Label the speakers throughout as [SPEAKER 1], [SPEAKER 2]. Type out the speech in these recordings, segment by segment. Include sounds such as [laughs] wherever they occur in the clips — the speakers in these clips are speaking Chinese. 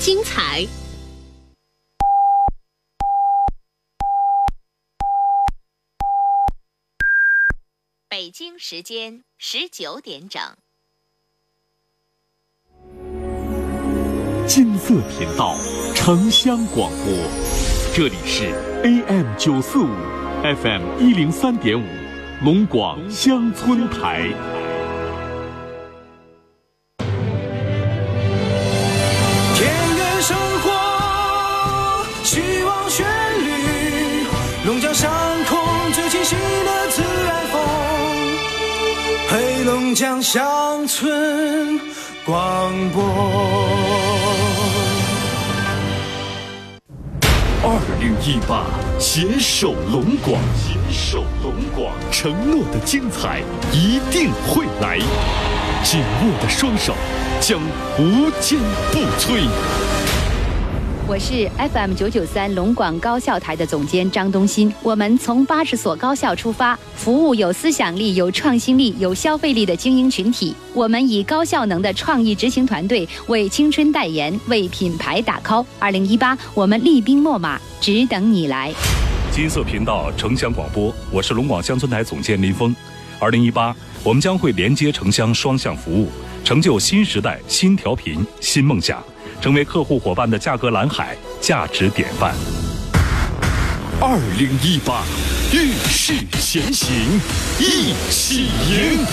[SPEAKER 1] 精彩。北京时间十九点整。
[SPEAKER 2] 金色频道城乡广播，这里是 AM 九四五，FM 一零三点五，龙广乡村台。
[SPEAKER 3] 田园生活，希望旋律，龙江上空最清新的自然风，黑龙江乡村广播。
[SPEAKER 2] 二零一八，携手龙广，携手龙广，承诺的精彩一定会来。紧握的双手将无坚不摧。
[SPEAKER 4] 我是 FM 九九三龙广高校台的总监张东新。我们从八十所高校出发，服务有思想力、有创新力、有消费力的精英群体。我们以高效能的创意执行团队为青春代言，为品牌打 call。二零一八，我们厉兵秣马，只等你来。
[SPEAKER 5] 金色频道城乡广播，我是龙广乡村台总监林峰。二零一八，我们将会连接城乡双向服务，成就新时代新调频新梦想，成为客户伙伴的价格蓝海价值典范。
[SPEAKER 2] 二零一八，遇事前行，一起赢。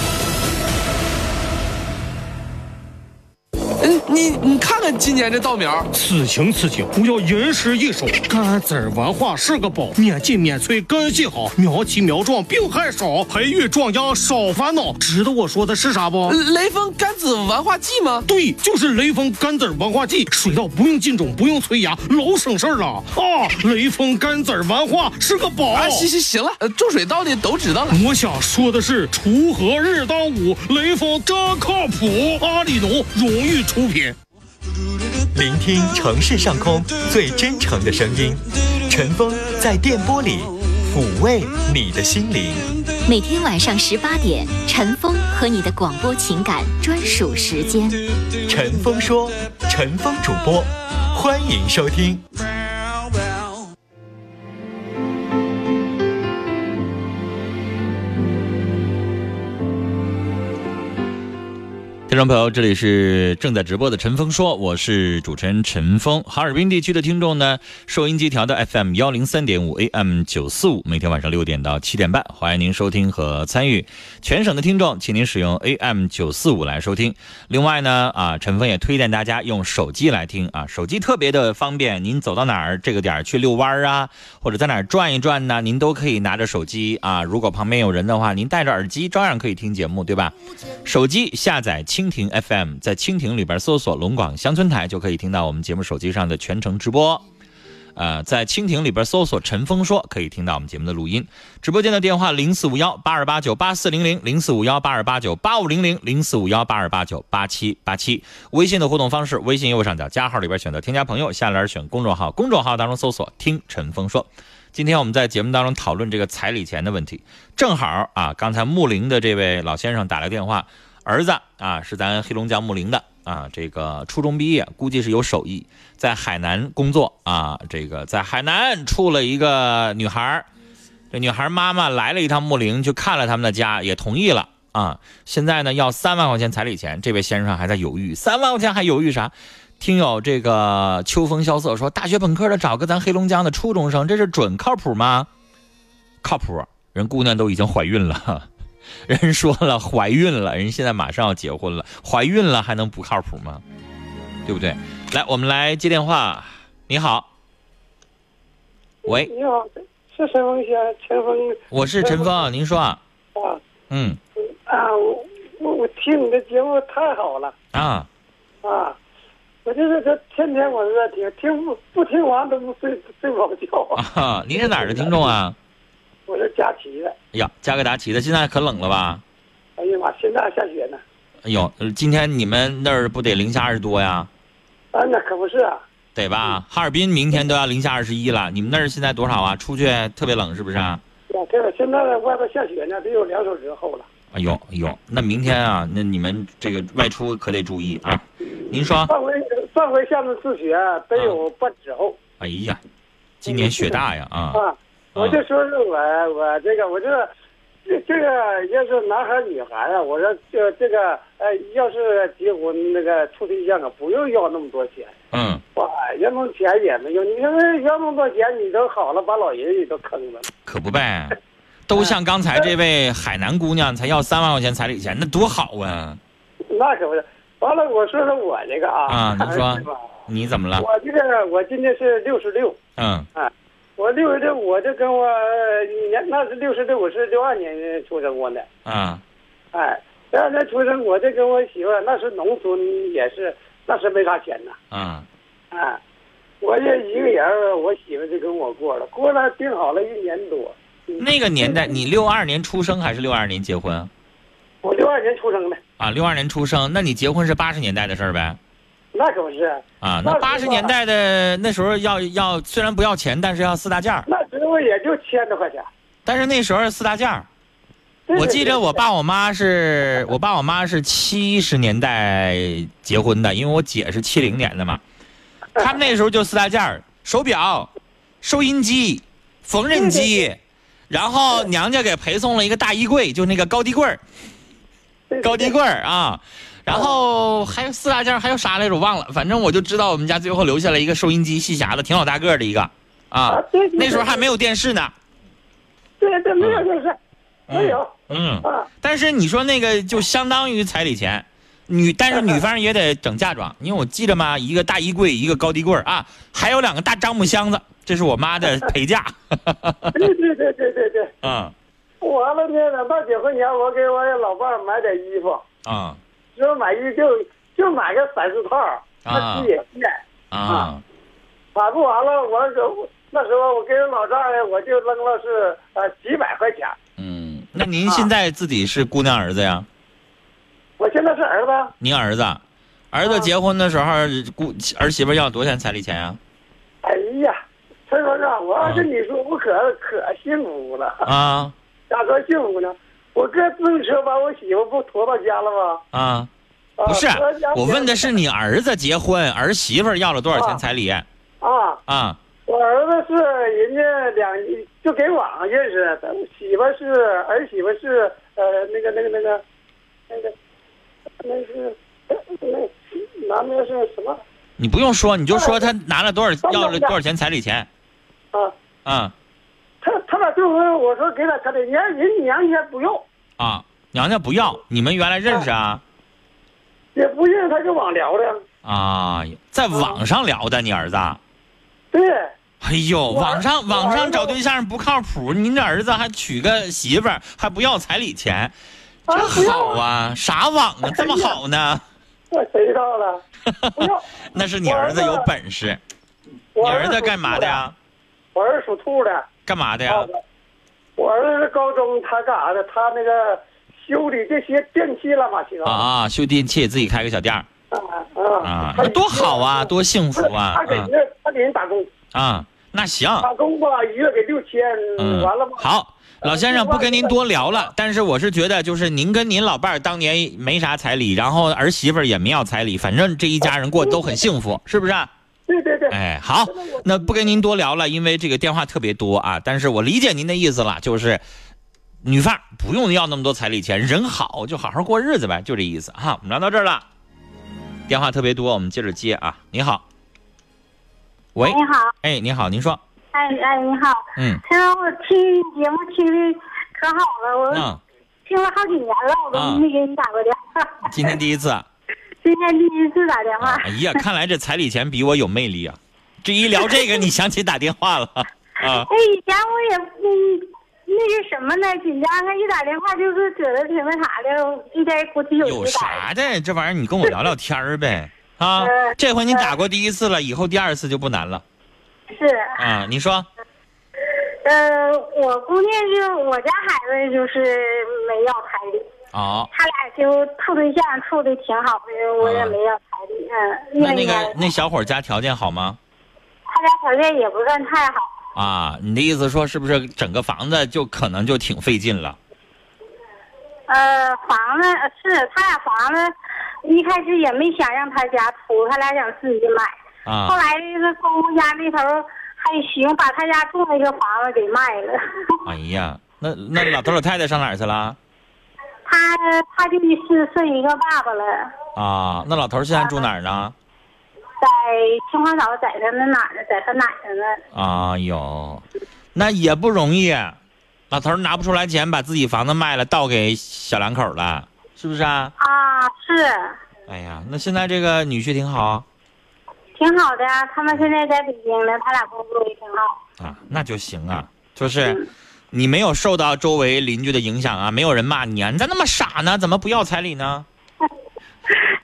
[SPEAKER 6] 哎
[SPEAKER 7] 嗯，你你看看今年这稻苗，
[SPEAKER 8] 此情此景，不要吟诗一首。甘籽儿文化是个宝，免进免催根系好，苗齐苗壮病害少，培育壮秧少烦恼。知道我说的是啥不？
[SPEAKER 7] 雷锋甘子完化剂吗？
[SPEAKER 8] 对，就是雷锋甘籽儿文化剂，水稻不用浸种，不用催芽，老省事儿了啊！雷锋甘籽儿文化是个宝。
[SPEAKER 7] 啊，行行行了，呃种水稻的都知道了。
[SPEAKER 8] 我想说的是，锄禾日当午，雷锋真靠谱，阿里农荣誉出品。
[SPEAKER 6] 聆听城市上空最真诚的声音，陈峰在电波里抚慰你的心灵。
[SPEAKER 1] 每天晚上十八点，陈峰和你的广播情感专属时间。
[SPEAKER 6] 陈峰说，陈峰主播，欢迎收听。
[SPEAKER 9] 听众朋友，这里是正在直播的陈峰说，我是主持人陈峰。哈尔滨地区的听众呢，收音机调到 FM 幺零三点五 AM 九四五，每天晚上六点到七点半，欢迎您收听和参与。全省的听众，请您使用 AM 九四五来收听。另外呢，啊，陈峰也推荐大家用手机来听啊，手机特别的方便，您走到哪儿这个点儿去遛弯儿啊，或者在哪儿转一转呢，您都可以拿着手机啊。如果旁边有人的话，您戴着耳机照样可以听节目，对吧？手机下载蜻蜓 FM，在蜻蜓里边搜索“龙广乡村台”，就可以听到我们节目手机上的全程直播。呃，在蜻蜓里边搜索“陈峰说”，可以听到我们节目的录音。直播间的电话零四五幺八二八九八四零零零四五幺八二八九八五零零零四五幺八二八九八七八七。微信的互动方式，微信右上角加号里边选择添加朋友，下栏选公众号，公众号当中搜索“听陈峰说”。今天我们在节目当中讨论这个彩礼钱的问题，正好啊，刚才木林的这位老先生打来电话，儿子啊是咱黑龙江木林的啊，这个初中毕业，估计是有手艺，在海南工作啊，这个在海南处了一个女孩儿，这女孩妈妈来了一趟木林，去看了他们的家，也同意了啊。现在呢要三万块钱彩礼钱，这位先生还在犹豫，三万块钱还犹豫啥？听友这个秋风萧瑟说，大学本科的找个咱黑龙江的初中生，这是准靠谱吗？靠谱，人姑娘都已经怀孕了，人说了怀孕了，人现在马上要结婚了，怀孕了还能不靠谱吗？对不对？来，我们来接电话。你好，喂，
[SPEAKER 10] 你好，是陈峰先生，陈峰
[SPEAKER 9] 我是陈峰，您说啊？
[SPEAKER 10] 啊
[SPEAKER 9] 嗯
[SPEAKER 10] 啊，我我我听你的节目太好了
[SPEAKER 9] 啊，
[SPEAKER 10] 啊！我就是这天天我都在听，听不不听完都不睡睡不好觉啊！
[SPEAKER 9] 啊您是哪儿的听众啊？
[SPEAKER 10] 我是佳琪的，
[SPEAKER 9] 哎呀，加格达奇的，现在可冷了吧？
[SPEAKER 10] 哎呀妈，现在还下雪呢，
[SPEAKER 9] 哎呦，呃今天你们那儿不得零下二十多呀？
[SPEAKER 10] 啊，那可不是啊，
[SPEAKER 9] 得吧？哈尔滨明天都要零下二十一了，你们那儿现在多少啊？出去特别冷是不是啊？
[SPEAKER 10] 呀，这个现在在外边下雪呢，得有两手指厚了。
[SPEAKER 9] 哎啊呦哎呦，那明天啊，那你们这个外出可得注意啊。您说
[SPEAKER 10] 上回
[SPEAKER 8] 上回下次自学得有半周
[SPEAKER 9] 哎呀，今年雪大呀啊！
[SPEAKER 8] 啊，我就说是我我这个我这个这这个要是男孩儿女孩儿啊，我说就这个
[SPEAKER 10] 哎
[SPEAKER 8] 呃，要是结婚那个处对象啊，不用要那么多钱，
[SPEAKER 9] 嗯，
[SPEAKER 8] 哇，要那么钱也没用，你要是要那么多钱，你都好了，把老人你都坑了。
[SPEAKER 9] 可不呗，都像刚才这位海南姑娘才要三万块钱彩礼钱，那多好啊！
[SPEAKER 8] 那可不是。完了，我说说我这个啊，
[SPEAKER 9] 啊您说
[SPEAKER 8] 是吧
[SPEAKER 9] 你怎么了？
[SPEAKER 8] 我这个我今年是六十六，
[SPEAKER 9] 嗯
[SPEAKER 8] 啊，我六十六，我 [laughs] 这跟我呃年那是六十六，我是六二年出生过的，
[SPEAKER 9] 啊
[SPEAKER 8] 哎，六二年出生，我这跟我媳妇儿那是农村，也是那是没啥钱呐，
[SPEAKER 9] 啊
[SPEAKER 8] 啊，我这一个人儿，我媳妇儿就跟我过了，过了定好了一年多，
[SPEAKER 9] 那个年代，你六二年出生还是六二年结婚啊？
[SPEAKER 8] 我六二年出生的，
[SPEAKER 9] 啊，六二年出生，那你结婚是八十年代的事儿呗？
[SPEAKER 8] 那可不是，
[SPEAKER 9] 啊，那八十年代的那时候要要，虽然不要钱，但是要四大件儿。
[SPEAKER 8] 那时候也就千多块钱。
[SPEAKER 9] 但是那时候四大件儿，
[SPEAKER 8] [laughs]
[SPEAKER 9] 我记着我爸我妈是我爸我妈是七十年代结婚的，因为我姐是七零年的嘛，他们那时候就四大件儿：手表、收音机、缝纫机，然后娘家给陪送了一个大衣柜，就那个高低柜儿，高低柜儿啊。然后还有四大件儿，还有啥来着？我忘了，反正我就知道我们家最后留下了一个收音机，细匣子，挺老大个儿的一个啊。那时候还没有电视呢，
[SPEAKER 8] 对对，没有就是，没有
[SPEAKER 9] [laughs] 嗯。
[SPEAKER 8] 啊，
[SPEAKER 9] 但是你说那个就相当于彩礼钱，女但是女方也得整嫁 [laughs] 妆，因为我记得嘛，一个大衣柜，一个高低柜儿啊，还有两个大樟木箱子，这是我妈的陪 [laughs] 嫁。
[SPEAKER 8] 对对对对对对。
[SPEAKER 9] 嗯
[SPEAKER 8] 完了呢，等到结婚前，我给我老伴儿买点衣服，
[SPEAKER 9] 啊
[SPEAKER 8] 就买一就就买个三四套，他自己也见。
[SPEAKER 9] 啊
[SPEAKER 8] 买不完了，我我那时候我给老丈人我就扔了是呃几百块钱。
[SPEAKER 9] 嗯，那您现在自己是姑娘儿子呀？
[SPEAKER 8] 我现在是儿子，
[SPEAKER 9] 您儿子，啊儿子结婚的时候，姑儿媳妇要多少钱彩礼钱呀？
[SPEAKER 8] 哎呀，陈团长，我要跟你说，我可可幸福了，
[SPEAKER 9] 啊
[SPEAKER 8] 咋说幸福呢？我哥自行车把我媳妇不驮到家了吗？
[SPEAKER 9] 啊，
[SPEAKER 8] 啊
[SPEAKER 9] 不是
[SPEAKER 8] 驮到家，
[SPEAKER 9] 我问的是你儿子结婚，儿媳妇儿要了多少钱彩礼
[SPEAKER 8] 啊，
[SPEAKER 9] 啊？
[SPEAKER 8] 我儿子是人家两就给网上认识的，媳妇是儿媳妇是呃那个那个那个那个那是那男的是什么
[SPEAKER 9] 你不用说，你就说
[SPEAKER 8] 哦
[SPEAKER 9] 他拿了多少，
[SPEAKER 8] 当然
[SPEAKER 9] 要了多少钱彩礼钱
[SPEAKER 8] 啊？
[SPEAKER 9] 啊
[SPEAKER 8] 他他俩最后我说给他彩礼，人家人娘家不用，
[SPEAKER 9] 啊！娘家不要，你们原来认识啊
[SPEAKER 8] 也不认识他就网聊的，哦
[SPEAKER 9] 啊，在网上聊的，你儿子？
[SPEAKER 8] 对，
[SPEAKER 9] 哎呦，
[SPEAKER 8] 我儿
[SPEAKER 9] 网上
[SPEAKER 8] 我儿子
[SPEAKER 9] 网上找对象不靠谱，您这儿子还娶个媳妇儿还不要彩礼钱，
[SPEAKER 8] 啊哎
[SPEAKER 9] 真
[SPEAKER 8] 不要
[SPEAKER 9] 好啊！啥网啊，这么好呢？
[SPEAKER 8] 这谁知道了？不要，
[SPEAKER 9] 那是 [laughs] 你儿子有本事。你
[SPEAKER 8] 我
[SPEAKER 9] 儿
[SPEAKER 8] 子
[SPEAKER 9] 子干嘛的呀？
[SPEAKER 8] 我儿子属兔的，
[SPEAKER 9] 干嘛的
[SPEAKER 8] 啊
[SPEAKER 9] 呀？
[SPEAKER 8] 我儿子是高中，他干啥的？他那个修理这些电器乱码七糟
[SPEAKER 9] 啊啊，修电器自己开个小店儿
[SPEAKER 8] 啊
[SPEAKER 9] 啊，
[SPEAKER 8] 他
[SPEAKER 9] 那多好啊，多幸福啊
[SPEAKER 8] 他给人他给人打工，
[SPEAKER 9] 啊啊！那行，
[SPEAKER 8] 打工吧，一月给六千，
[SPEAKER 9] 嗯，
[SPEAKER 8] 完了呃吧？，
[SPEAKER 9] 好，老先生不跟您多聊了，但是我是觉得，就是您跟您老伴儿当年没啥彩礼，然后儿媳妇儿也没要彩礼，反正这一家人过得都很幸福，是不是啊？
[SPEAKER 8] 对对对，
[SPEAKER 9] 哎，好，那不跟您多聊了，因为这个电话特别多啊。但是我理解您的意思了，就是女方不用要那么多彩礼钱，人好就好好过日子呗，就这意思哈。我们聊到这儿了，电话特别多，我们接着接啊。你好，喂，
[SPEAKER 5] 你好，
[SPEAKER 9] 哎，你好，您说，
[SPEAKER 5] 哎哎，你好，
[SPEAKER 9] 嗯，
[SPEAKER 5] 陈老师，我听你节目听的可好了，我
[SPEAKER 9] 嗯，
[SPEAKER 5] 听了好几年了，我
[SPEAKER 9] 啊
[SPEAKER 5] 都没给你打过电话，
[SPEAKER 9] 今天第一次啊。
[SPEAKER 5] 今天第一次打电话
[SPEAKER 9] 啊。哎呀，看来这彩礼钱比我有魅力啊！这一聊这个，你想起打电话了 [laughs] 啊？
[SPEAKER 5] 哎，以前我也嗯，那是什么呢？紧张啊，一打电话就是觉得挺那啥的，一边鼓起
[SPEAKER 9] 有
[SPEAKER 5] 勇气打。
[SPEAKER 9] 啥的？这玩意儿你跟我聊聊天儿 [laughs] 呗啊！这回你打过第一次了，以后第二次就不难了
[SPEAKER 5] 是，
[SPEAKER 9] 啊！你 [laughs] 说
[SPEAKER 5] 呃，我姑娘就我家孩子就是没要彩礼，
[SPEAKER 9] 哦？
[SPEAKER 5] 他俩就处对象处的挺好的，我也
[SPEAKER 9] 啊
[SPEAKER 5] 没要彩礼，嗯，
[SPEAKER 9] 那那
[SPEAKER 5] 年
[SPEAKER 9] 个那小伙儿家条件好吗？
[SPEAKER 5] 他家条件也不算太好。
[SPEAKER 9] 啊，你的意思说是不是整个房子就可能就挺费劲了
[SPEAKER 5] 呃，房子呃是他俩房子，
[SPEAKER 11] 一开始也没想让他家出，他俩想自己买。
[SPEAKER 9] 啊
[SPEAKER 11] 后来那个公公家那头还行，把他家住那个房子给卖了。 [laughs]
[SPEAKER 9] 哎呀，那那老头老太太上哪儿去了？
[SPEAKER 11] 他他就是剩一个爸爸了，
[SPEAKER 9] 啊，那老头现在住哪儿呢？
[SPEAKER 11] 在秦皇岛，在他那哪儿呢？在他奶奶那。
[SPEAKER 9] 哎呦，那也不容易，老头儿拿不出来钱，把自己房子卖了，倒给小两口了，是不是啊？
[SPEAKER 11] 啊，是
[SPEAKER 9] 哎呀，那现在这个女婿挺好啊
[SPEAKER 11] 挺好的呀、他们现在在北京呢，他俩工作也挺好。
[SPEAKER 9] 啊，那就行啊，就是。你没有受到周围邻居的影响啊，没有人骂你啊，你咋那么傻呢？怎么不要彩礼呢？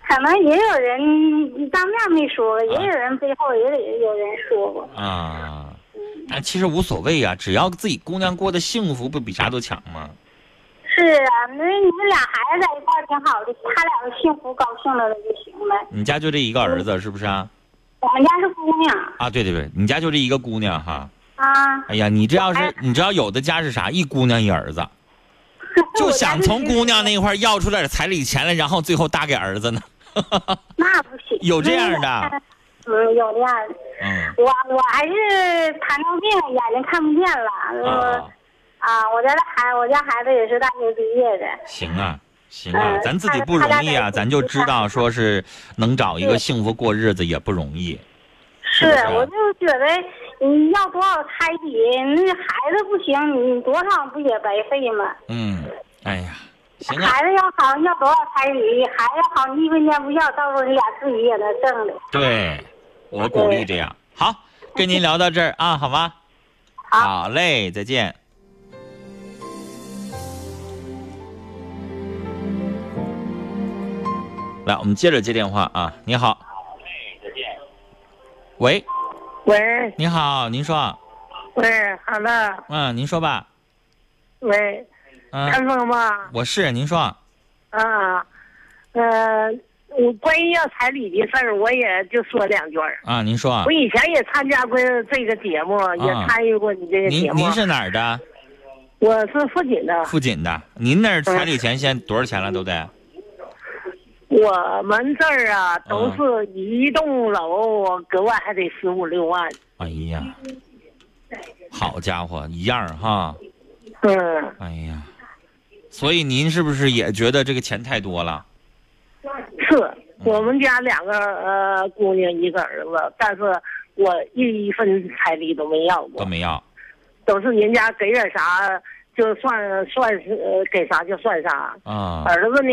[SPEAKER 11] 可能也有人当面没说，也有人背后也得有人说过。
[SPEAKER 9] 啊，但其实无所谓啊，只要自己姑娘过得幸福，不比啥都强吗？
[SPEAKER 11] 是啊，那你们俩孩子在一块儿挺好的，他俩都幸福高兴了就行了。
[SPEAKER 9] 你家就这一个儿子是不是啊？
[SPEAKER 11] 我们家是姑娘
[SPEAKER 9] 啊，对对对，你家就这一个姑娘哈。
[SPEAKER 11] 啊，
[SPEAKER 9] 哎呀，你这要是你知道有的家是啥，一姑娘一
[SPEAKER 11] [laughs]
[SPEAKER 9] 儿子，就想从姑娘那块儿要出点彩礼钱来，然后最后搭给
[SPEAKER 11] [laughs]
[SPEAKER 9] 儿子呢。
[SPEAKER 11] 那不行。
[SPEAKER 9] 有这样的，
[SPEAKER 11] 嗯，有这样的。
[SPEAKER 9] 嗯
[SPEAKER 11] 我我还是糖尿病，眼睛看不见了。
[SPEAKER 9] 啊
[SPEAKER 11] 我，啊，我家的孩，我家孩子也是大学毕业的。
[SPEAKER 9] 行啊。行啊
[SPEAKER 11] 嗯，
[SPEAKER 9] 咱自己不容易啊，
[SPEAKER 11] 他他家得
[SPEAKER 9] 咱就知道说是能找一个幸福过日子也不容易。
[SPEAKER 11] 是，
[SPEAKER 9] 啊
[SPEAKER 11] 我就觉得你要多少彩礼，那孩子不行，你多少不也白费吗？
[SPEAKER 9] 嗯，哎呀，行啊，
[SPEAKER 11] 孩子要好，要多少彩礼？孩子好，你一分钱不要，到时候你俩自己也能挣的。
[SPEAKER 9] 对，我鼓励这样。好，跟您聊到这儿啊，好吗？好嘞，再见。来，我们接着接电话啊。你好，喂，
[SPEAKER 8] 喂
[SPEAKER 9] 你好，您说，
[SPEAKER 8] 喂，好了，
[SPEAKER 9] 嗯，您说吧，
[SPEAKER 8] 喂，陈
[SPEAKER 9] 嗯，
[SPEAKER 8] 峰吗？
[SPEAKER 9] 我是您说，
[SPEAKER 8] 啊，呃，我关于要彩礼的事儿，我也就说两句儿。
[SPEAKER 9] 啊，您说
[SPEAKER 8] 我，以前也参加过这个节目，也参与过你这个节
[SPEAKER 9] 您
[SPEAKER 8] 目。
[SPEAKER 9] 您是哪儿的？
[SPEAKER 8] 我是附近的，
[SPEAKER 9] 附近的。您那儿彩礼钱现在多少钱了？都得
[SPEAKER 8] 我们这儿啊，都是一栋楼，格外还得十五六万。
[SPEAKER 9] 哎呀，好家伙，一样儿哈。
[SPEAKER 8] 嗯，
[SPEAKER 9] 哎呀，所以您是不是也觉得这个钱太多了？
[SPEAKER 8] 是
[SPEAKER 9] 嗯
[SPEAKER 8] 我们家两个呃姑娘一个儿子，但是我一分彩礼都没要过。
[SPEAKER 9] 都没要
[SPEAKER 8] 都是人家给点啥就算算是呃给啥就算啥。
[SPEAKER 9] 啊？
[SPEAKER 8] 儿子呢，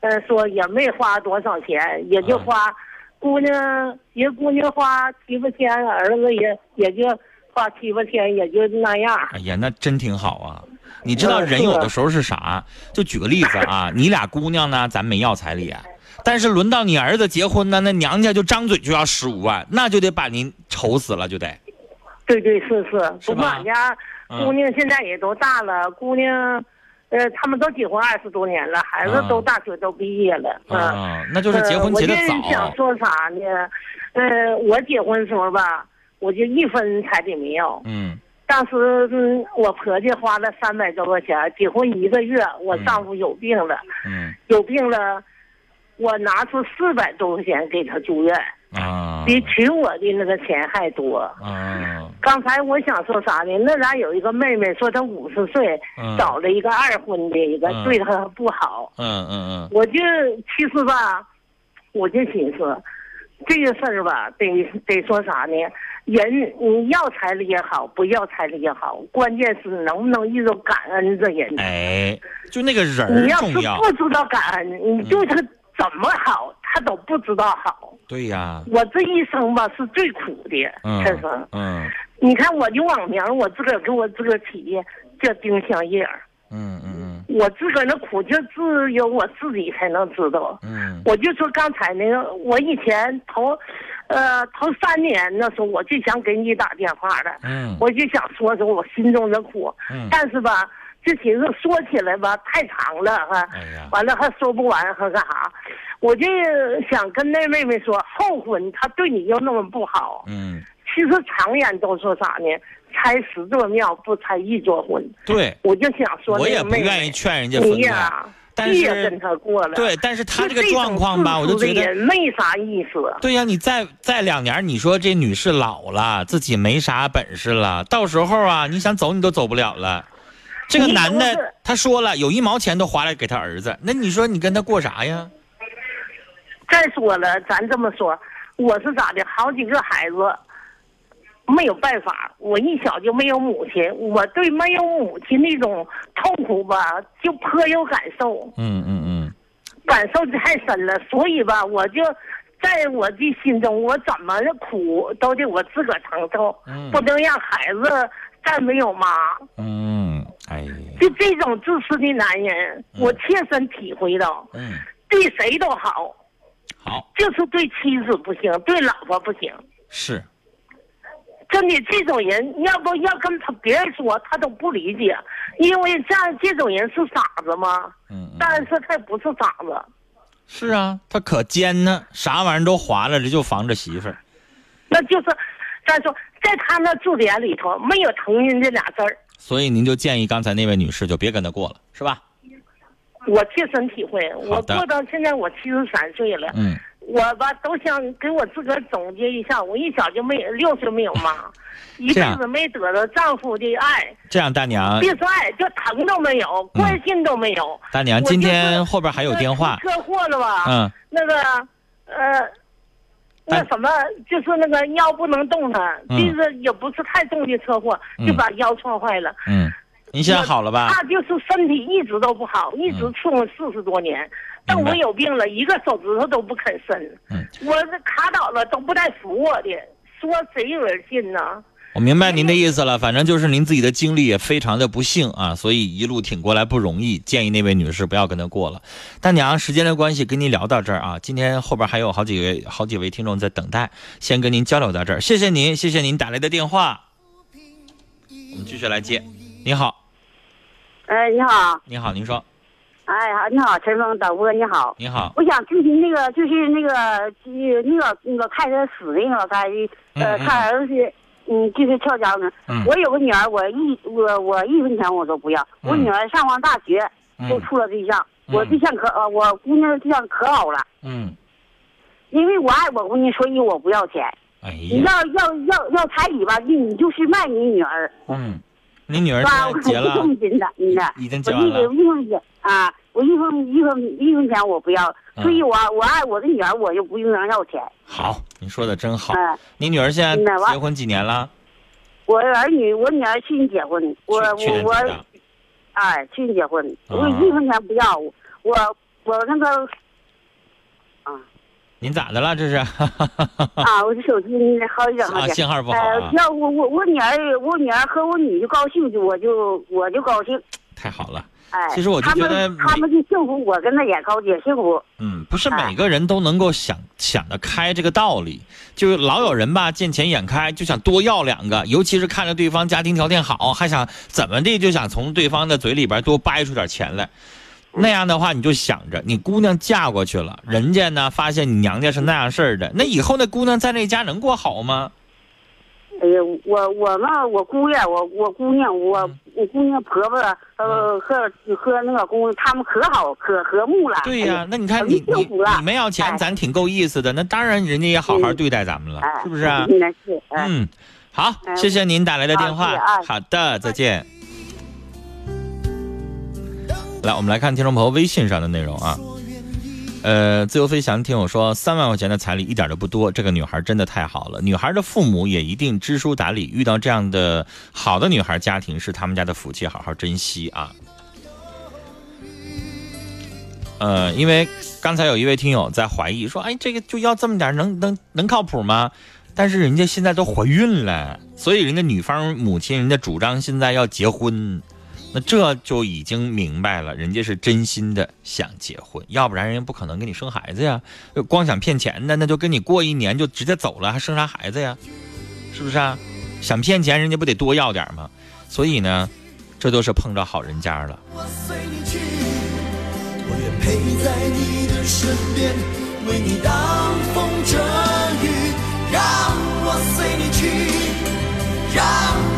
[SPEAKER 8] 呃，说也没花多少钱，也就花，姑娘人姑娘花七八千，儿子也也就花七八千，也就那样。
[SPEAKER 9] 哎呀，那真挺好啊！你知道
[SPEAKER 8] 嗯
[SPEAKER 9] 人
[SPEAKER 8] 是
[SPEAKER 9] 有的时候是啥？就举个例子
[SPEAKER 8] [laughs]
[SPEAKER 9] 啊，你俩姑娘呢，咱没要彩礼，啊但是轮到你儿子结婚呢，那娘家就张嘴就要十五万，那就得把您愁死了，就得。
[SPEAKER 8] 对对是是，
[SPEAKER 9] 是
[SPEAKER 8] 不过
[SPEAKER 9] 吧嗯
[SPEAKER 8] 俺家姑娘现在也都大了，姑娘，呃，他们都结婚二十多年了，孩子
[SPEAKER 9] 啊
[SPEAKER 8] 都大学都毕业了。嗯
[SPEAKER 9] 啊，那就是结婚结得
[SPEAKER 8] 呃我就想
[SPEAKER 9] 早。
[SPEAKER 8] 说啥呢？呃，我结婚时候吧，我就一分彩礼没有。
[SPEAKER 9] 嗯
[SPEAKER 8] 当时、嗯、我婆家花了三百多块钱，结婚一个月，我丈夫有病了，
[SPEAKER 9] 嗯
[SPEAKER 8] 有病了，我拿出四百多块钱给他住院，
[SPEAKER 9] 啊
[SPEAKER 8] 比娶我的那个钱还多。
[SPEAKER 9] 啊
[SPEAKER 8] 刚才我想说啥呢？那咱有一个妹妹说她五十岁、
[SPEAKER 9] 嗯
[SPEAKER 8] 找了一个二婚的一个，
[SPEAKER 9] 嗯
[SPEAKER 8] 对她不好。
[SPEAKER 9] 嗯嗯
[SPEAKER 8] 我就其实吧，我就寻思，这个事儿吧，得得说啥呢？人你要彩礼也好，不要彩礼也好，关键是能不能遇到感恩这人
[SPEAKER 9] 嗯，。哎，就那个人
[SPEAKER 8] 你
[SPEAKER 9] 儿
[SPEAKER 8] 要是
[SPEAKER 9] 重要。
[SPEAKER 8] 不知道感恩，你对他怎么好，他都不知道好。
[SPEAKER 9] 对呀，
[SPEAKER 8] 我这一生吧是最苦的，
[SPEAKER 9] 嗯
[SPEAKER 8] 陈生。
[SPEAKER 9] 嗯
[SPEAKER 8] 你看我的网名，我自个儿给我自个儿起的叫丁香叶儿，
[SPEAKER 9] 嗯嗯
[SPEAKER 8] 我自个儿那苦就只有我自己才能知道。
[SPEAKER 9] 嗯
[SPEAKER 8] 我就说刚才那个，我以前头，呃，头三年那时候我就想给你打电话了，
[SPEAKER 9] 嗯
[SPEAKER 8] 我就想说说我心中的苦，
[SPEAKER 9] 嗯
[SPEAKER 8] 但是吧，就寻思说起来吧太长了哈，
[SPEAKER 9] 哎呀
[SPEAKER 8] 完了还说不完还干啥，我就想跟那妹妹说，后婚他对你又那么不好，
[SPEAKER 9] 嗯，
[SPEAKER 8] 其实常言都说啥呢？拆十座庙不拆一座婚，
[SPEAKER 9] 对。
[SPEAKER 8] 我就想说
[SPEAKER 9] 我
[SPEAKER 8] 那
[SPEAKER 9] 也
[SPEAKER 8] 个
[SPEAKER 9] 不
[SPEAKER 8] 妹妹，
[SPEAKER 9] 愿意劝人家分
[SPEAKER 8] 你
[SPEAKER 9] 开
[SPEAKER 8] 呀，
[SPEAKER 9] 但
[SPEAKER 8] 别
[SPEAKER 9] 是
[SPEAKER 8] 跟他过了。
[SPEAKER 9] 对但是他
[SPEAKER 8] 就
[SPEAKER 9] 这个
[SPEAKER 8] 种
[SPEAKER 9] 状况吧
[SPEAKER 8] 世
[SPEAKER 9] 我就
[SPEAKER 8] 俗的
[SPEAKER 9] 觉得
[SPEAKER 8] 人没啥意思。
[SPEAKER 9] 对呀、你再再两年，你说这女士老了，自己没啥本事了，到时候啊，你想走你都走不了了。这个
[SPEAKER 8] 你
[SPEAKER 9] 男
[SPEAKER 8] 不是
[SPEAKER 9] 的他说了，有一毛钱都花来给他儿子，那你说你跟他过啥呀？
[SPEAKER 8] 再说了，咱这么说，我是咋的？好几个孩子，没有办法，我一小就没有母亲，我对没有母亲那种痛苦吧，就颇有感受，
[SPEAKER 9] 嗯嗯嗯，
[SPEAKER 8] 感受太深了，所以吧，我就。在我的心中，我怎么苦都得我自个儿承受，不能让孩子再没有妈。
[SPEAKER 9] 嗯，哎，
[SPEAKER 8] 就这种自私的男人，我切身体会到，
[SPEAKER 9] 嗯，
[SPEAKER 8] 对谁都好，
[SPEAKER 9] 好，
[SPEAKER 8] 就是对妻子不行，对老婆不行。
[SPEAKER 9] 是，
[SPEAKER 8] 真的，这种人要不要跟他别人说，他都不理解，因为这样这种人是傻子吗？
[SPEAKER 9] 嗯，
[SPEAKER 8] 但是他也不是傻子，
[SPEAKER 9] 是啊，他可奸呢，啥玩意儿都划拉着，就防着媳妇儿。
[SPEAKER 8] 那就是，再说在他那字典里头没有成人这俩字儿，
[SPEAKER 9] 所以您就建议刚才那位女士就别跟他过了，是吧？
[SPEAKER 8] 我切身体会。
[SPEAKER 9] 好
[SPEAKER 8] 我
[SPEAKER 9] 的
[SPEAKER 8] 过到现在我七十三岁了，
[SPEAKER 9] 嗯，
[SPEAKER 8] 我吧都想给我自个儿总结一下，我一小就没六岁没有妈，一
[SPEAKER 9] 这
[SPEAKER 8] 辈
[SPEAKER 9] 样
[SPEAKER 8] 子没得到丈夫的爱，
[SPEAKER 9] 这样大娘，
[SPEAKER 8] 别说爱，就疼都没有，
[SPEAKER 9] 嗯
[SPEAKER 8] 关心都没有。
[SPEAKER 9] 大娘，
[SPEAKER 8] 我
[SPEAKER 9] 今
[SPEAKER 8] 就是
[SPEAKER 9] 天后边还有电话，
[SPEAKER 8] 车祸了吧？
[SPEAKER 9] 嗯，
[SPEAKER 8] 那个，呃，那什么，就是那个腰不能动弹，
[SPEAKER 9] 嗯
[SPEAKER 8] 就是也不是太重的车祸，就把腰撞坏了。
[SPEAKER 9] 嗯，您现在好了吧？嗯
[SPEAKER 8] 他就是身体一直都不好，一直伺候四十多年。但我有病了，一个手指头都不肯伸，
[SPEAKER 9] 嗯
[SPEAKER 8] 我这卡倒了都不带扶我的，说谁有人信呢？
[SPEAKER 9] 我明白您的意思了，反正就是您自己的经历也非常的不幸啊，所以一路挺过来不容易。建议那位女士不要跟他过了。大娘，时间的关系，跟您聊到这儿啊。今天后边还有好几位好几位听众在等待，先跟您交流到这儿。谢谢您，谢谢您打来的电话。我们继续来接。你好，
[SPEAKER 12] 哎，你好，
[SPEAKER 9] 你好，您说，
[SPEAKER 12] 哎，好，你好，陈峰导播，你好，
[SPEAKER 9] 你好，
[SPEAKER 12] 我想咨询那个，就是那个，呃那个那个看人死那个，看呃
[SPEAKER 9] 嗯嗯嗯
[SPEAKER 12] 看儿子，嗯，就是跳江的。
[SPEAKER 9] 嗯
[SPEAKER 12] 我有个女儿，我一我我一分钱我都不要，我
[SPEAKER 3] 嗯
[SPEAKER 12] 女儿上完大学
[SPEAKER 3] 嗯
[SPEAKER 12] 都处了对象，
[SPEAKER 3] 嗯
[SPEAKER 12] 我对象可呃我姑娘对象可好了，
[SPEAKER 9] 嗯，
[SPEAKER 12] 因为我爱我姑娘，所以我不要钱。
[SPEAKER 9] 哎
[SPEAKER 12] 你
[SPEAKER 9] 呀，
[SPEAKER 12] 要要要要彩礼吧，你你就是卖你女儿。
[SPEAKER 9] 嗯，您女儿现
[SPEAKER 12] 吧，我
[SPEAKER 9] 在结了，
[SPEAKER 12] 重金的，嗯的，
[SPEAKER 9] 已经结完了
[SPEAKER 12] 我一分一分啊，我一分一分一分钱我不要，
[SPEAKER 9] 嗯
[SPEAKER 12] 所以我我爱我的女儿，我就不用能要钱。
[SPEAKER 9] 好，您说的真好
[SPEAKER 12] 嗯。
[SPEAKER 9] 您女儿现在
[SPEAKER 12] 嗯那完
[SPEAKER 9] 结婚几年了？
[SPEAKER 12] 我儿女，我女儿去年结婚，我
[SPEAKER 9] 去
[SPEAKER 12] 我
[SPEAKER 9] 年
[SPEAKER 12] 我
[SPEAKER 9] 结，的。
[SPEAKER 12] 哎，去年结婚，我
[SPEAKER 9] 啊
[SPEAKER 12] 一分钱不要，我我我那
[SPEAKER 9] [laughs]
[SPEAKER 12] 个
[SPEAKER 9] 您咋的了？这 [laughs] 是？
[SPEAKER 12] 啊，我的手机好一点，好一
[SPEAKER 9] 啊
[SPEAKER 12] 点，
[SPEAKER 9] 信号不好啊
[SPEAKER 12] 呃要我我我女儿，我女儿和我女就高兴，我就我就高兴。
[SPEAKER 9] 太好了。
[SPEAKER 12] 哎，
[SPEAKER 9] 其实我就觉得
[SPEAKER 12] 他们他们就幸福，我跟他也高也幸福。
[SPEAKER 9] 嗯，不
[SPEAKER 12] 啊
[SPEAKER 9] 是每个人都能够想想得开这个道理，就是老有人吧，见钱眼开，就想多要两个，尤其是看着对方家庭条件好，还想怎么地就想从对方的嘴里边多掰出点钱来。
[SPEAKER 12] 嗯
[SPEAKER 9] 那样的话，你就想着你姑娘嫁过去了，人家呢发现你娘家是那样事儿的，那以后那姑娘在那家能过好吗？
[SPEAKER 12] 哎呀，我我嘛，我姑爷，我我姑娘，我
[SPEAKER 9] 嗯
[SPEAKER 12] 我姑娘婆婆，呃，和和那个公，他们可好，可和睦了。
[SPEAKER 9] 对呀、
[SPEAKER 12] 哎
[SPEAKER 9] 那你看你
[SPEAKER 12] 可
[SPEAKER 9] 你
[SPEAKER 12] 幸福了
[SPEAKER 9] 你没要钱，咱挺够意思的，那当然人家也好好对待咱们了，
[SPEAKER 12] 哎
[SPEAKER 9] 是不是啊？
[SPEAKER 12] 那是，哎
[SPEAKER 9] 嗯，好，谢谢您打来的
[SPEAKER 12] 好
[SPEAKER 9] 电话
[SPEAKER 12] 谢谢啊，
[SPEAKER 9] 好的，再见。来，我们来看听众朋友微信上的内容啊。呃，自由飞翔听我说，三万块钱的彩礼一点都不多，这个女孩真的太好了。女孩的父母也一定知书达理，遇到这样的好的女孩家庭是他们家的福气，好好珍惜啊。呃，因为刚才有一位听友在怀疑说，哎，这个就要这么点儿，能能能靠谱吗？但是人家现在都怀孕了，所以人家女方母亲人家主张现在要结婚，那这就已经明白了，人家是真心的想结婚，要不然人家不可能给你生孩子呀。呃光想骗钱的，那就跟你过一年就直接走了，还生啥孩子呀？是不是啊？想骗钱，人家不得多要点儿吗？所以呢，这都是碰着好人家了。
[SPEAKER 3] 我随你去，我愿陪在你的身边，为你挡风遮雨。让我随你去，让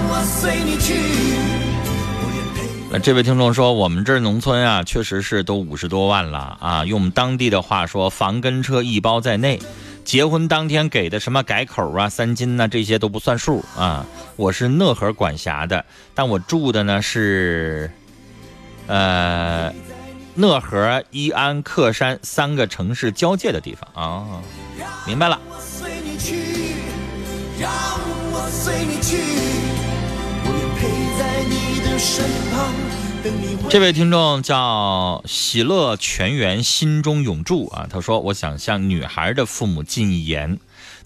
[SPEAKER 3] 我随你去，我愿陪。
[SPEAKER 9] 那这位听众说，我们这儿农村啊，确实是都五十多万了啊。用我们当地的话说，房跟车一包在内。结婚当天给的什么改口啊、三金呐、这些都不算数啊。我是讷河管辖的，但我住的呢是，呃，讷河、伊安、克山三个城市交界的地方啊。明白了，
[SPEAKER 3] 随你去，让我随你去，我愿陪在你的身旁，等你回。
[SPEAKER 9] 这位听众叫喜乐全员心中永驻啊，他说：“我想向女孩的父母进一言，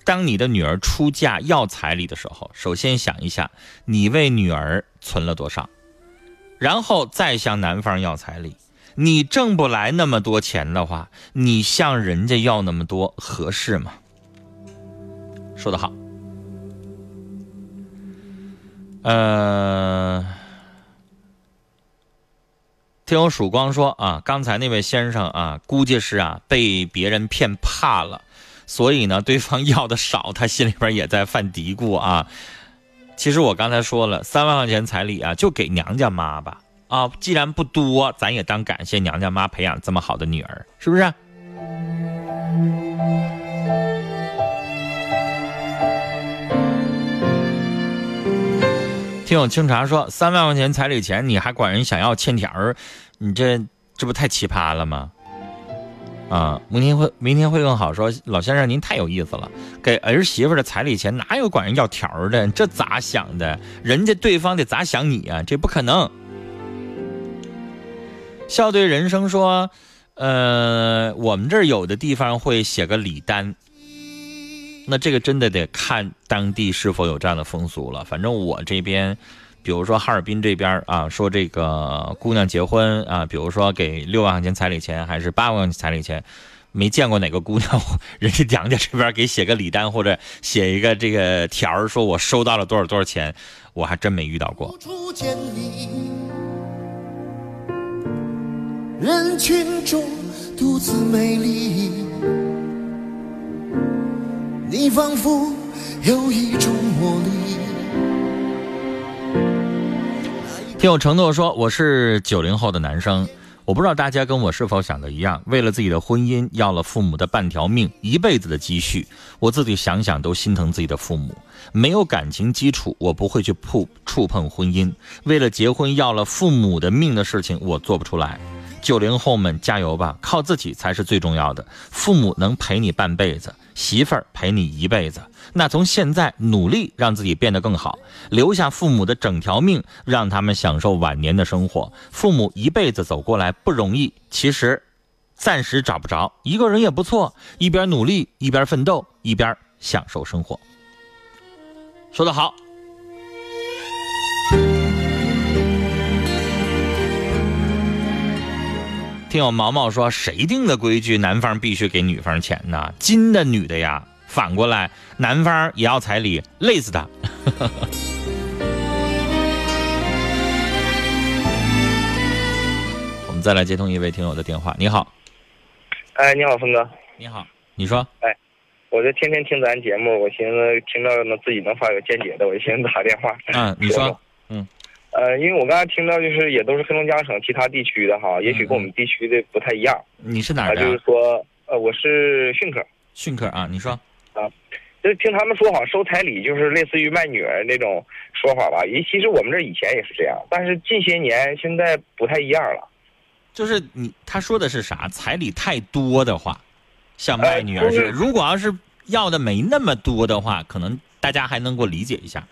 [SPEAKER 9] 当你的女儿出嫁要彩礼的时候，首先想一下你为女儿存了多少，然后再向男方要彩礼。你挣不来那么多钱的话，你向人家要那么多合适吗？”说得好，呃。听友曙光说啊，刚才那位先生啊，估计是啊被别人骗怕了，所以呢，对方要的少，他心里边也在犯嘀咕啊。其实我刚才说了，三万块钱彩礼啊，就给娘家妈吧啊，既然不多，咱也当感谢娘家妈培养这么好的女儿，是不是？听友清茶说，三万块钱彩礼钱，你还管人想要欠条儿，你这这不太奇葩了吗？啊，明天会明天会更好说。老先生，您太有意思了，给儿媳妇的彩礼钱哪有管人要条儿的？这咋想的？人家对方得咋想你啊？这不可能。笑对人生说，呃，我们这儿有的地方会写个礼单，那这个真的得看当地是否有这样的风俗了。反正我这边，比如说哈尔滨这边啊，说这个姑娘结婚啊，比如说给六万块钱彩礼钱还是八万块钱彩礼钱，没见过哪个姑娘人家娘家这边给写个礼单或者写一个这个条儿，说我收到了多少多少钱，我还真没遇到过。
[SPEAKER 3] 初见你，人群中独自美丽，你仿佛有一种魔力。
[SPEAKER 9] 听友承诺说，我是九零后的男生，我不知道大家跟我是否想的一样，为了自己的婚姻要了父母的半条命，一辈子的积蓄，我自己想想都心疼自己的父母。没有感情基础，我不会去碰触碰婚姻。为了结婚要了父母的命的事情，我做不出来。九零后们加油吧，靠自己才是最重要的。父母能陪你半辈子，媳妇儿陪你一辈子。那从现在努力让自己变得更好，留下父母的整条命，让他们享受晚年的生活。父母一辈子走过来不容易，其实暂时找不着，一个人也不错。一边努力，一边奋斗，一边享受生活。说得好。听友毛毛说，谁定的规矩，男方必须给女方钱呢？金的女的呀，反过来男方也要彩礼，累死他。 [laughs] 我们再来接通一位听友的电话。你好，
[SPEAKER 7] 哎，你好，峰哥。
[SPEAKER 9] 你好，你说
[SPEAKER 7] 哎，我就天天听咱节目，我寻思听到能自己能发个见解的，我就寻思打电话。
[SPEAKER 9] 嗯，你说，
[SPEAKER 7] 呃，因为我刚才听到就是也都是黑龙江省其他地区的哈，也许跟我们地区的不太一样。
[SPEAKER 9] 嗯你是
[SPEAKER 7] 啊、
[SPEAKER 9] 哪儿的
[SPEAKER 7] 就
[SPEAKER 9] 啊
[SPEAKER 7] 是？说，呃，我是训课
[SPEAKER 9] 训课啊？你说，
[SPEAKER 7] 啊，就是听他们说好像收彩礼就是类似于卖女儿那种说法吧。因为其实我们这以前也是这样，但是近些年现在不太一样了。
[SPEAKER 9] 就是你他说的是啥？彩礼太多的话，像卖女儿似的。
[SPEAKER 7] 呃就是
[SPEAKER 9] 如果要是要的没那么多的话，可能大家还能够理解一下。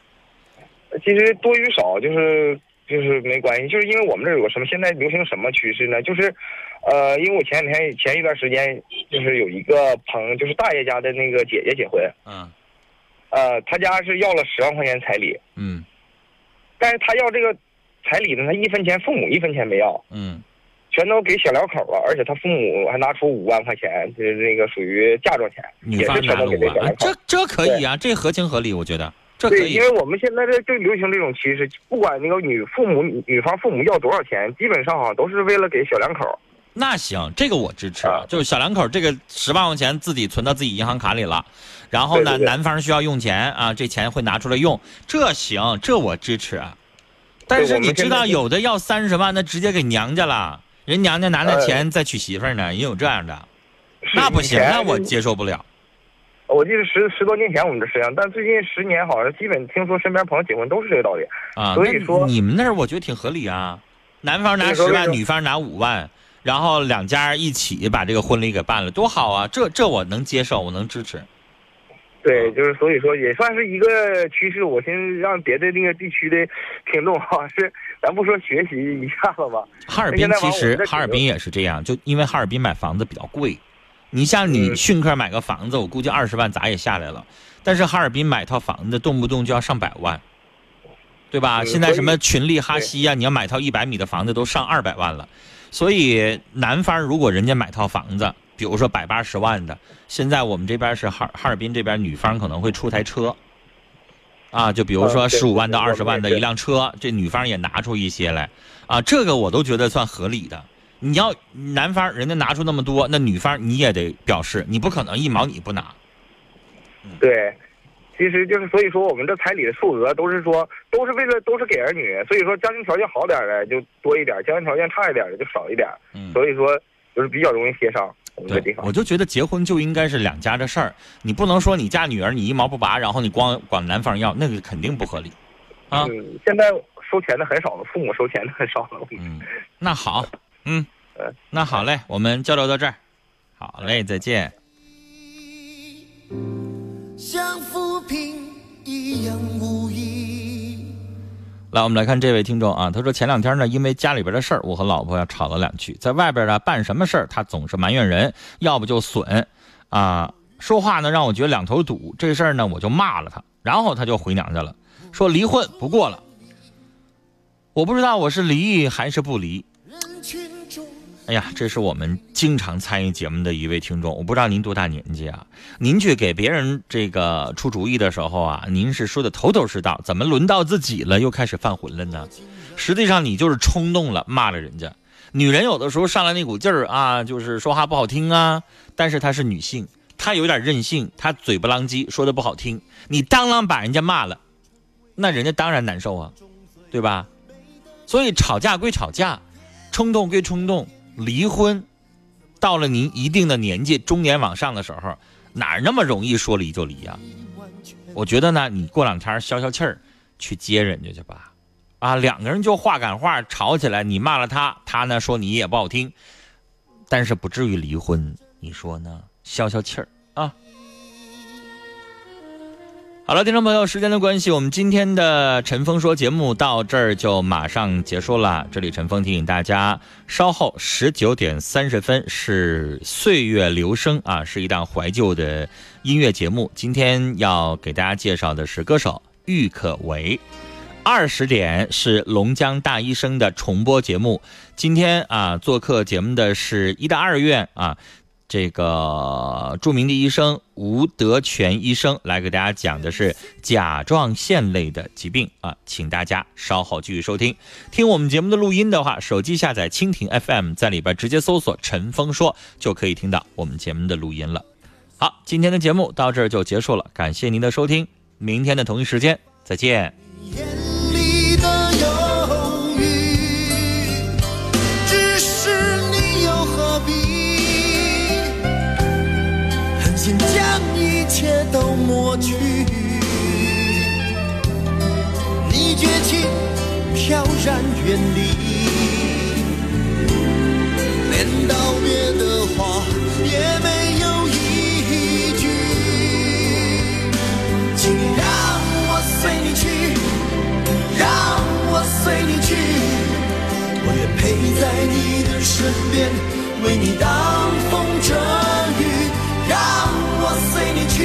[SPEAKER 7] 其实多与少就是就是没关系，就是因为我们这儿有个什么现在流行什么趋势呢？就是，呃，因为我前两天前一段时间就是有一个朋友，就是大爷家的那个姐姐结婚，
[SPEAKER 9] 嗯
[SPEAKER 7] 呃，他家是要了十万块钱彩礼，
[SPEAKER 9] 嗯
[SPEAKER 7] 但是他要这个彩礼呢，他一分钱父母一分钱没要，
[SPEAKER 9] 嗯
[SPEAKER 7] 全都给小两口了，而且他父母还拿出五万块钱，就是那个属于嫁妆钱，
[SPEAKER 9] 女
[SPEAKER 7] 也
[SPEAKER 9] 方
[SPEAKER 7] 是
[SPEAKER 9] 拿
[SPEAKER 7] 全都
[SPEAKER 9] 了
[SPEAKER 7] 给
[SPEAKER 9] 五
[SPEAKER 7] 这
[SPEAKER 9] 万
[SPEAKER 7] 小两
[SPEAKER 9] 啊，
[SPEAKER 7] 口。
[SPEAKER 9] 这这可以啊，这合情合理，我觉得这可
[SPEAKER 7] 对，
[SPEAKER 9] 以
[SPEAKER 7] 因。为我们现在这就流行这种趋势，不管那个女父母、女方父母要多少钱，基本上好像都是为了给小两口。啊
[SPEAKER 9] 那行，这个我支持。啊就是小两口这个十万块钱自己存到自己银行卡里了，然后呢，
[SPEAKER 7] 对对对
[SPEAKER 9] 男方需要用钱啊，这钱会拿出来用，这行，这我支持啊。但是
[SPEAKER 7] 我们
[SPEAKER 9] 你
[SPEAKER 7] 现
[SPEAKER 9] 知
[SPEAKER 7] 在
[SPEAKER 9] 道，
[SPEAKER 7] 就
[SPEAKER 9] 有的要三十万，那直接给娘家了，人娘家拿
[SPEAKER 7] 呃
[SPEAKER 9] 那钱再娶媳妇儿呢，也有这样的，那不行，
[SPEAKER 7] 以前
[SPEAKER 9] 那我接受不了。
[SPEAKER 7] 我记得十十多年前我们这是这样，但最近十年好像基本听说身边朋友结婚都是这个道理
[SPEAKER 9] 啊
[SPEAKER 7] 所以
[SPEAKER 9] 那
[SPEAKER 7] 说
[SPEAKER 9] 你们那儿我觉得挺合理啊，男方拿
[SPEAKER 7] 那
[SPEAKER 9] 十
[SPEAKER 7] 时候那
[SPEAKER 9] 万，
[SPEAKER 7] 种
[SPEAKER 9] 女方拿五万，然后两家一起把这个婚礼给办了，多好啊！这这我能接受，我能支持。啊
[SPEAKER 7] 对，就是所以说也算是一个趋势。我先让别的那个地区的听众哈、 [laughs] 是咱不说学习一下子吧。
[SPEAKER 9] 哈尔
[SPEAKER 7] 那现
[SPEAKER 9] 滨
[SPEAKER 7] 在
[SPEAKER 9] 其
[SPEAKER 7] 往我们
[SPEAKER 9] 实
[SPEAKER 7] 这
[SPEAKER 9] 哈尔
[SPEAKER 7] 举
[SPEAKER 9] 滨也是这样，就因为哈尔滨买房子比较贵，你
[SPEAKER 7] 嗯
[SPEAKER 9] 像你迅克买个房子，我估计二十万咋也下来了，但是哈尔滨买套房子动不动就要上百万，对吧？
[SPEAKER 13] 嗯
[SPEAKER 9] 现在
[SPEAKER 13] 所
[SPEAKER 9] 什么
[SPEAKER 13] 以
[SPEAKER 9] 群力、哈西呀、你要买套一百米的房子都上二百万了，所以南方如果人家买套房子，比如说百八十万的，现在我们这边是哈哈尔滨这边女方可能会出台车。啊，就比如说
[SPEAKER 13] 啊对
[SPEAKER 9] 十五万到
[SPEAKER 13] 对
[SPEAKER 9] 二
[SPEAKER 13] 对
[SPEAKER 9] 十
[SPEAKER 13] 我
[SPEAKER 9] 万
[SPEAKER 13] 们
[SPEAKER 9] 的
[SPEAKER 13] 也
[SPEAKER 9] 一辆车，这女方也拿出一些来，啊，这个我都觉得算合理的。你要男方人家拿出那么多，那女方你也得表示，你不可能一毛你不拿。
[SPEAKER 7] 对，其实就是所以说我们这彩礼的数额都是说都是为了都是给儿女，所以说家庭条件好点儿的就多一点儿，家庭条件差一点儿的就少一点儿。所以说就是比较容易协商。我们这地
[SPEAKER 9] 对，
[SPEAKER 7] 方
[SPEAKER 9] 我就觉得结婚就应该是两家的事儿，你不能说你嫁女儿你一毛不拔，然后你光管男方要，那个肯定不合理。啊
[SPEAKER 7] 嗯，现在收钱的很少了，父母收钱的很少了。
[SPEAKER 9] 嗯，那好，嗯，
[SPEAKER 13] 呃
[SPEAKER 9] 那好嘞，我们交流到这儿，好嘞，再见。
[SPEAKER 3] 像浮萍一样无依。
[SPEAKER 9] 来，我们来看这位听众啊，他说前两天呢，因为家里边的事儿，我和老婆呀吵了两句，在外边呢办什么事儿，他总是埋怨人，要不就损，啊，说话呢让我觉得两头堵。这事儿呢，我就骂了他，然后他就回娘家了，说离婚不过了。我不知道我是离还是不离。哎呀，这是我们经常参与节目的一位听众，我不知道您多大年纪啊？您去给别人这个出主意的时候啊，您是说的头头是道，怎么轮到自己了又开始犯浑了呢？实际上你就是冲动了，骂了人家。女人有的时候上来那股劲儿啊，就是说话不好听啊，但是她是女性，她有点任性，她嘴不啷叽，说的不好听，你当啷把人家骂了，那人家当然难受啊，对吧？所以吵架归吵架，冲动归冲动，离婚到了您一定的年纪，中年往上的时候，哪儿那么容易说离就离呀、我觉得呢，你过两天消消气儿，去接人家去吧。啊，两个人就话赶话吵起来，你骂了他，他呢说你也不好听，但是不至于离婚，你说呢？消消气儿啊。好了，听众朋友，时间的关系，我们今天的《陈峰说》节目到这儿就马上结束了。这里陈峰提醒大家，稍后十九点三十分是《岁月留声》啊，是一档怀旧的音乐节目。今天要给大家介绍的是歌手郁可唯。二十点是龙江大医生的重播节目。今天啊，做客节目的是一大二院啊，这个著名的医生吴德全医生来给大家讲的是甲状腺类的疾病啊，请大家稍后继续收听。听我们节目的录音的话，手机下载蜻蜓 FM，在里边直接搜索“陈峰说”，就可以听到我们节目的录音了。好，今天的节目到这儿就结束了，感谢您的收听，明天的同一时间再见。
[SPEAKER 3] 你的犹豫，只是你又何必狠心将一切都抹去？你绝情飘然远离，连道别的话也没有一句，请你让我随你去。让我随你去，我愿陪在你的身边，为你挡风遮雨。让我随你去，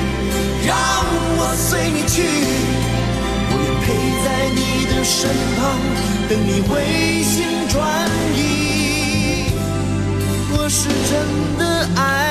[SPEAKER 3] 让我随你去，我愿陪在你的身旁，等等你回心转意。我是真的爱。